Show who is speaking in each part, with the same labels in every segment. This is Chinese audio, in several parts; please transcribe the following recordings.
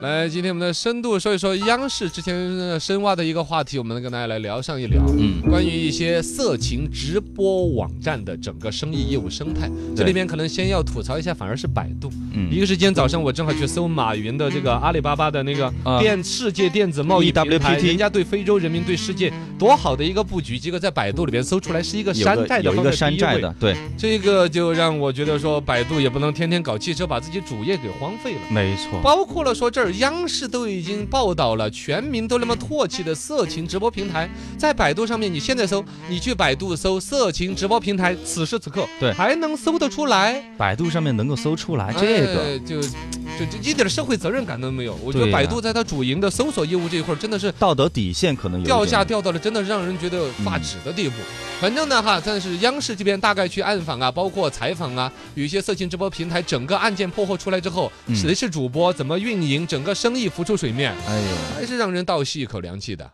Speaker 1: 来，今天我们的深度说一说央视之前呃深挖的一个话题，我们跟大家来聊上一聊，
Speaker 2: 嗯，
Speaker 1: 关于一些色情直播网站的整个生意业务生态。这里面可能先要吐槽一下，反而是百度。
Speaker 2: 嗯
Speaker 1: 一个是今天早上我正好去搜马云的这个阿里巴巴的那个
Speaker 2: 啊
Speaker 1: 电世界电子贸易
Speaker 3: E
Speaker 1: 平台，
Speaker 2: EWPT
Speaker 1: 人家对非洲人民对世界多好的一个布局，结果在百度里边搜出来是一个
Speaker 2: 有
Speaker 1: 山
Speaker 2: 个
Speaker 1: 寨的，
Speaker 2: 有一个山寨，的，对，
Speaker 1: 这个就让我觉得说百度也不能天天搞汽车，把自己主业给荒废了。
Speaker 2: 没错，
Speaker 1: 包括了说这儿央视都已经报道了，全民都那么唾弃的色情直播平台，在百度上面，你现在搜，你去百度搜色情直播平台，此时此刻，
Speaker 2: 对
Speaker 1: 还能搜得出来，
Speaker 2: 百度上面能够搜出来这个，
Speaker 1: 哎就就就一点社会责任感都没有。我觉
Speaker 2: 对
Speaker 1: 得
Speaker 2: 呀
Speaker 1: 百度在它主营的搜索业务这一块儿，真的是
Speaker 2: 道德底线可能有一点嗯
Speaker 1: 掉价，掉到了真的让人觉得发指的地步。反正呢哈，但是央视这边大概去暗访啊，包括采访啊，有一些色情直播平台，整个案件破获出来之后，
Speaker 2: 嗯
Speaker 1: 谁是主播，怎么运营，整个生意浮出水面，
Speaker 2: 哎呦，
Speaker 1: 还是让人倒吸一口凉气的。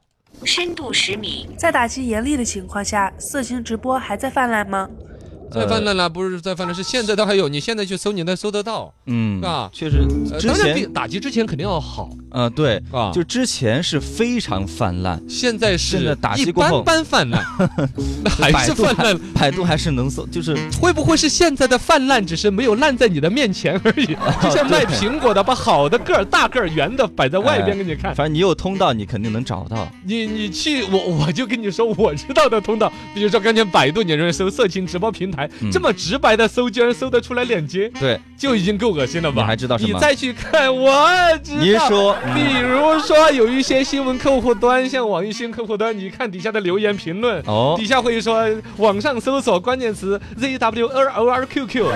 Speaker 4: 深度十米，
Speaker 5: 在打击严厉的情况下，色情直播还在泛滥吗？
Speaker 2: 呃
Speaker 1: 再泛滥了，不是再泛滥，是现在都还有，你现在去搜，你能搜得到。
Speaker 2: 嗯
Speaker 1: 是吧，
Speaker 2: 确实，
Speaker 1: 呃
Speaker 2: 之
Speaker 1: 当然比
Speaker 2: 前，
Speaker 1: 打击之前肯定要好
Speaker 2: 呃，对，
Speaker 1: 啊，
Speaker 2: 就之前是非常泛滥，
Speaker 1: 现在是
Speaker 2: 现在打击
Speaker 1: 一
Speaker 2: 过后
Speaker 1: 般般泛 滥，那还
Speaker 2: 百
Speaker 1: 是
Speaker 2: 度
Speaker 1: 泛滥。
Speaker 2: 百度还是能搜，就是
Speaker 1: 会不会是现在的泛滥只是没有烂在你的面前而 已？就像卖苹果的，把好的个儿、大个儿、圆的摆在外边给你看
Speaker 2: 哎反。正你有通道，你肯定能找到。
Speaker 1: 你 你去我我就跟你说，我知道的通道，比如说刚才百度，你认为搜色情直播平台
Speaker 2: 嗯，
Speaker 1: 这么直白的搜，居然搜得出来链接，
Speaker 2: 对，
Speaker 1: 就已经够恶心了吧？
Speaker 2: 你还知道什么
Speaker 1: 你再去看，我知道。
Speaker 2: 你说，
Speaker 1: 比如说有一些新闻客户端，像网易新客户端，你看底下的留言评论。
Speaker 2: 哦
Speaker 1: 底，下会说网上搜索关键词 ZW L O R Q Q，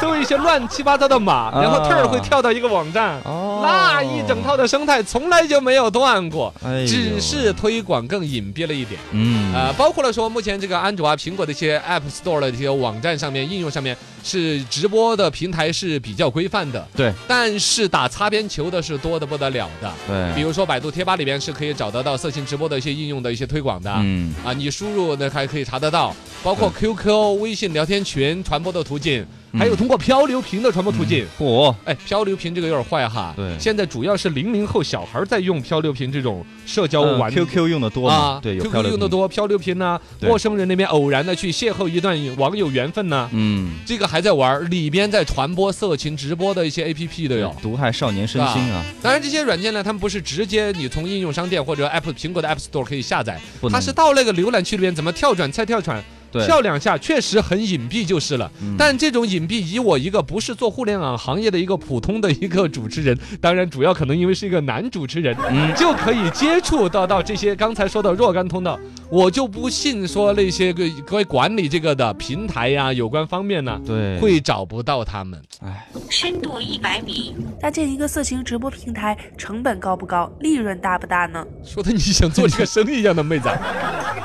Speaker 1: 搜一些乱七八糟的码，然后
Speaker 2: 啊
Speaker 1: t 儿会跳到一个网站，
Speaker 2: 哦
Speaker 1: 那一整套的生态从来就没有断过，
Speaker 2: 哎呦
Speaker 1: 只是推广更隐蔽了一点。
Speaker 2: 嗯
Speaker 1: 呃，包括了说目前这个安卓啊、苹果的一些 App Store 的这些网站上面、应用上面是直播的平台是比较规范的，
Speaker 2: 对，
Speaker 1: 但是打擦边球的是多的不得了的。比
Speaker 2: 对，
Speaker 1: 如说百度贴吧里边是可以找得到色情直播的一些应用的一些推广的，
Speaker 2: 嗯，
Speaker 1: 啊，你输入呢还可以查得到，包括 QQ、微信聊天群传播的途径，
Speaker 2: 嗯
Speaker 1: 还有通过漂流瓶的传播途径。
Speaker 2: 嚯，
Speaker 1: 哎，漂流瓶这个有点坏哈。
Speaker 2: 对
Speaker 1: 现在主要是零零后小孩在用漂流瓶这种社交
Speaker 2: 呃
Speaker 1: 玩具。
Speaker 2: QQ 用的多嘛
Speaker 1: 啊，？
Speaker 2: 对，有漂
Speaker 1: QQ
Speaker 2: 流
Speaker 1: 用的
Speaker 2: 瓶，
Speaker 1: 多，漂流瓶呐、
Speaker 2: 对
Speaker 1: 陌生人那边偶然的去邂逅一段网友缘分呐、
Speaker 2: 嗯，
Speaker 1: 这个还在玩儿，里边在传播色情直播的一些 APP 都有。
Speaker 2: 毒害少年身心啊，
Speaker 1: 当然，这些软件呢，他们不是直接你从应用商店或者 App 苹果的 App Store 可以下载，
Speaker 2: 不能
Speaker 1: 它是到那个浏览器里面怎么跳转再跳转，
Speaker 2: 对，
Speaker 1: 跳两下确实很隐蔽就是了。
Speaker 2: 嗯
Speaker 1: 但这种隐蔽，以我一个不是做互联网行业的一个普通的一个主持人，当然主要可能因为是一个男主持人，
Speaker 2: 嗯
Speaker 1: 就可以接触到到这些刚才说的若干通道。我就不信说那些个关于管理这个的平台呀、有关方面呢、
Speaker 2: 对，
Speaker 1: 会找不到他们。
Speaker 2: 哎，
Speaker 4: 深度一百米，
Speaker 5: 搭建一个色情直播平台成本高不高？利润大不大呢？
Speaker 1: 说的你想做这个生意一样的妹子 啊，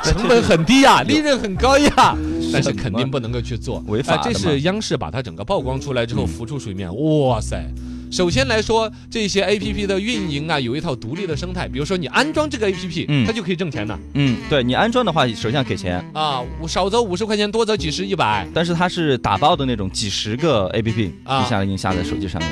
Speaker 1: 成本很低呀，利润很高呀，但是肯定不能够去做，
Speaker 2: 违法的
Speaker 1: 啊这
Speaker 2: 嘛嗯
Speaker 1: 是央视把它整个曝光出来之后浮出水面，哇塞！首先来说，这些 A P P 的运营啊，有一套独立的生态。比如说，你安装这个 A P P，、
Speaker 2: 嗯
Speaker 1: 它就可以挣钱呢。
Speaker 2: 嗯，对你安装的话，首先要给钱，
Speaker 1: 啊，我少则五十块钱，多则几十、一百。
Speaker 2: 但是它是打包的那种，几十个 APP
Speaker 1: 啊
Speaker 2: 一下给你下在手机上面，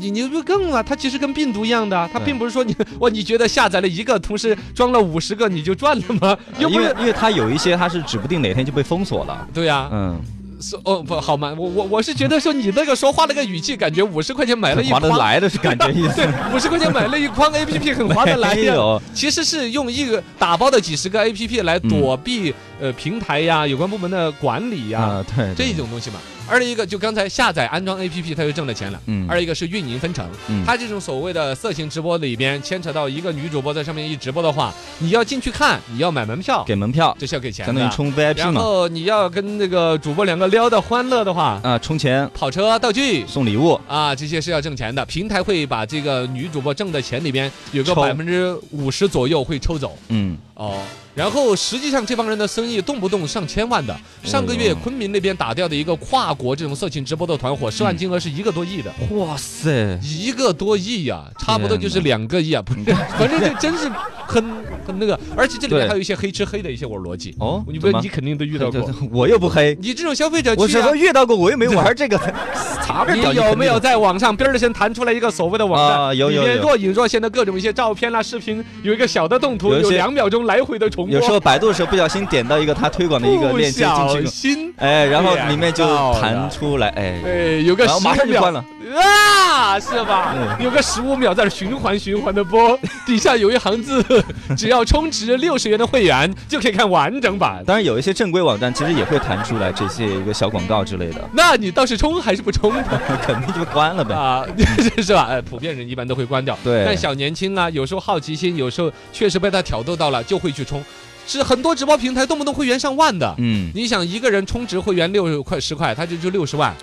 Speaker 1: 你你不更了？它其实跟病毒一样的，它
Speaker 2: 对
Speaker 1: 并不是说
Speaker 2: 嗯
Speaker 1: 你哇，你觉得下载了一个，同时装了五十个你就赚了吗？又
Speaker 2: 啊
Speaker 1: 不
Speaker 2: 因为
Speaker 1: 是。
Speaker 2: 因为它有一些它是指不定哪天就被封锁了，
Speaker 1: 对呀、
Speaker 2: 嗯，
Speaker 1: 说哦不好嘛，我我我是觉得说你那个说话那个语气，感觉五十块钱买了一
Speaker 2: 划
Speaker 1: 筐，
Speaker 2: 得来的是感觉哎意思，
Speaker 1: 哎 对，五十块钱买了一筐 A P P 很划得来
Speaker 2: 没
Speaker 1: 呀。
Speaker 2: 有，嗯
Speaker 1: 其实是用一个打包的几十个 A P P 来躲避、呃平台呀、有关部门的管理呀、
Speaker 2: 啊，对，
Speaker 1: 这
Speaker 2: 对
Speaker 1: 种东西嘛。二一个就刚才下载安装 A P P，它就挣了钱了。
Speaker 2: 嗯
Speaker 1: 二一个是运营分成
Speaker 2: 嗯，
Speaker 1: 它这种所谓的色情直播里边牵扯到一个女主播在上面一直播的话，你要进去看，你要买门票，
Speaker 2: 给门票，
Speaker 1: 这是要给钱的。啊
Speaker 2: 相当于充 VIP
Speaker 1: 然
Speaker 2: 嘛，
Speaker 1: 后你要跟那个主播两个撩的欢乐的话，
Speaker 2: 啊，充钱
Speaker 1: 跑车、道具
Speaker 2: 送礼物，
Speaker 1: 啊，这些是要挣钱的。平台会把这个女主播挣的钱里边有个
Speaker 2: 抽
Speaker 1: 百分之五十左右会抽走。
Speaker 2: 嗯，
Speaker 1: 哦，然后实际上这帮人的生意动不动上千万的。上个月
Speaker 2: 哦
Speaker 1: 昆明那边打掉的一个跨国这种色情直播的团伙，
Speaker 2: 嗯
Speaker 1: 涉案金额是一个多亿的。
Speaker 2: 哇塞，
Speaker 1: 一个多亿呀、差不多就是
Speaker 2: 天
Speaker 1: 两个 亿啊，不是，反正这真是很很那个，而且这里面
Speaker 2: 对
Speaker 1: 还有一些黑吃黑的一些我逻辑，
Speaker 2: 哦，
Speaker 1: 你不
Speaker 2: 怎么
Speaker 1: 你肯定都遇到
Speaker 2: 对对
Speaker 1: 过，
Speaker 2: 对 我又不黑，
Speaker 1: 你这种消费者
Speaker 2: 我
Speaker 1: 去、
Speaker 2: 什
Speaker 1: 啊
Speaker 2: 么。遇到过？我又没玩这个， 查着
Speaker 1: 你
Speaker 2: 屌
Speaker 1: 有没有在网上边儿先弹出来一个所谓的网站？
Speaker 2: 啊有有
Speaker 1: 里面
Speaker 2: 有
Speaker 1: 若隐若现的各种一些照片啦、啊视频，有一个小的动图，
Speaker 2: 有一
Speaker 1: 有
Speaker 2: 些
Speaker 1: 两秒钟来回的重播。
Speaker 2: 有时候百度的时候不小心点到一个他推广的一个
Speaker 1: 不
Speaker 2: 链接
Speaker 1: 小
Speaker 2: 进去，
Speaker 1: 心，
Speaker 2: 哎，然后里面就
Speaker 1: 点到了
Speaker 2: 弹出来，哎，
Speaker 1: 哎，有个
Speaker 2: 然后马上
Speaker 1: 15
Speaker 2: 就
Speaker 1: 秒
Speaker 2: 关了，
Speaker 1: 啊，是吧？
Speaker 2: 嗯
Speaker 1: 有个十五秒在那循环循环的播，底下有一行字， 只要充值六十元的会员就可以看完整版。
Speaker 2: 当然有一些正规网站其实也会弹出来这些一个小广告之类的，
Speaker 1: 那你倒是充还是不充的
Speaker 2: 肯定就关了呗。
Speaker 1: 啊？ 是是吧？哎，普遍人一般都会关掉。
Speaker 2: 对
Speaker 1: 但小年轻啊，有时候好奇心，有时候确实被他挑逗到了，就会去充。是很多直播平台动不动会员上万的。
Speaker 2: 嗯，
Speaker 1: 你想一个人充值会员六块十块，他就就六十万，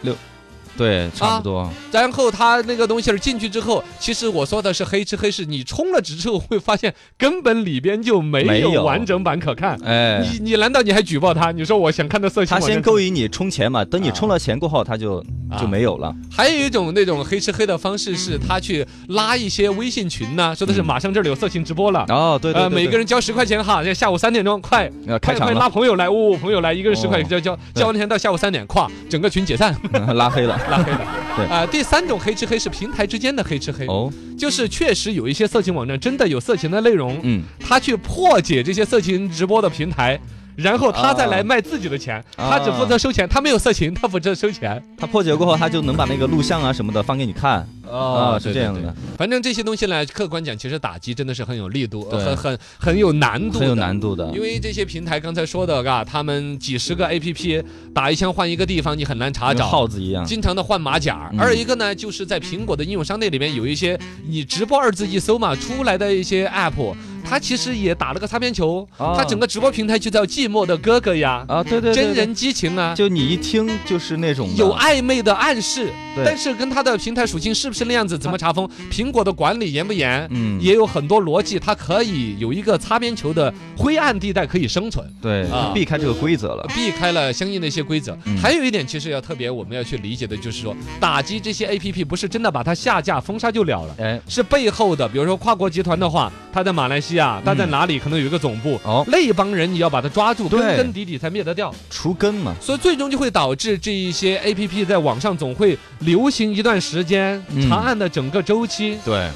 Speaker 2: 对，差不多。
Speaker 1: 然后他那个东西儿进去之后，其实我说的是黑吃黑是，你充了值之后会发现根本里边就没
Speaker 2: 没
Speaker 1: 有
Speaker 2: 有
Speaker 1: 完整版可看。
Speaker 2: 哎，
Speaker 1: 你你难道你还举报他？你说我想看的色情
Speaker 2: 他
Speaker 1: 网站，
Speaker 2: 先勾引你充钱嘛，等你
Speaker 1: 啊
Speaker 2: 充了钱过后，他就
Speaker 1: 啊
Speaker 2: 就没有了。
Speaker 1: 还有一种那种黑吃黑的方式是他去拉一些微信群呢、说的是
Speaker 2: 嗯
Speaker 1: 马上这里有色情直播了。
Speaker 2: 哦，对对
Speaker 1: 呃，
Speaker 2: 对，
Speaker 1: 每
Speaker 2: 对
Speaker 1: 个人交十块钱哈，这下午三点钟快
Speaker 2: 呃开
Speaker 1: 快
Speaker 2: 场
Speaker 1: 快
Speaker 2: 了
Speaker 1: 拉，朋友来，哦，朋友来，一个人十块
Speaker 2: 哦
Speaker 1: 交交交完钱到下午三点，咵，整个群解 散，
Speaker 2: 拉黑了。
Speaker 1: 拉黑了。
Speaker 2: 对
Speaker 1: 啊、第三种黑吃黑是平台之间的黑吃黑。
Speaker 2: 哦，
Speaker 1: 就是确实有一些色情网站真的有色情的内容，
Speaker 2: 嗯，
Speaker 1: 他去破解这些色情直播的平台。然后他再来卖自己的钱，
Speaker 2: 啊
Speaker 1: 他只负责收钱，他没有色情，他负责收钱。
Speaker 2: 他破解过后，他就能把那个录像啊什么的放给你看啊，是这样的。，
Speaker 1: 反正这些东西呢，客观讲，其实打击真的是很有力度，呃很
Speaker 2: 对
Speaker 1: 很很有难度，
Speaker 2: 很有难。度的
Speaker 1: 因。为这些平台刚才说的，嘎，他们几十个 APP 打一枪换一个地方，你很难查
Speaker 2: 跟
Speaker 1: 找。
Speaker 2: 耗子一样，
Speaker 1: 经常的换马甲。
Speaker 2: 嗯
Speaker 1: 二一个呢，就是在苹果的应用商店里面有一些你直播二字一搜嘛出来的一些 app，它其实也打了个擦边球，
Speaker 2: 啊
Speaker 1: 它整个直播平台就叫寂寞的哥哥呀，
Speaker 2: 啊，对对，对
Speaker 1: 真，人激情啊
Speaker 2: 对。就你一听就是那种的
Speaker 1: 有暧昧的暗示，
Speaker 2: 对
Speaker 1: 但是跟它的平台属性是不是那样子，怎么查封？苹果的管理严不严？
Speaker 2: 嗯，
Speaker 1: 也有很多逻辑，它可以有一个擦边球的灰暗地带可以生存。
Speaker 2: 对
Speaker 1: 啊，
Speaker 2: 避开这个规则了。
Speaker 1: 避开了相应的一些规则。
Speaker 2: 嗯
Speaker 1: 还有一点，其实要特别我们要去理解的，就是说打击这些 A P P 不是真的把它下架封杀就了了。
Speaker 2: 哎，
Speaker 1: 是背后的，比如说跨国集团的话，它在马来西亚，它在哪里可能有一个总部，
Speaker 2: 嗯哦，
Speaker 1: 那帮人你要把它抓住，
Speaker 2: 对
Speaker 1: 根根底底才灭得掉。
Speaker 2: 除根嘛，
Speaker 1: 所以最终就会导致这一些 A P P 在网上总会流行一段时间，
Speaker 2: 嗯
Speaker 1: 长按的整个周期，
Speaker 2: 对，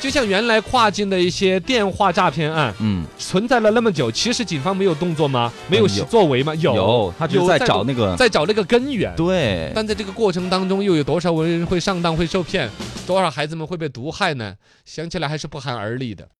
Speaker 1: 就像原来跨境的一些电话诈骗案
Speaker 2: 嗯，
Speaker 1: 存在了那么久，其实警方没有动作吗？没有
Speaker 2: 嗯有
Speaker 1: 作为吗？有，
Speaker 2: 有，他只是
Speaker 1: 有
Speaker 2: 在
Speaker 1: 在
Speaker 2: 找那个，
Speaker 1: 在找那个根源。
Speaker 2: 对，
Speaker 1: 但在这个过程当中，又有多少人会上当、会受骗，多少孩子们会被毒害呢？想起来还是不寒而栗的。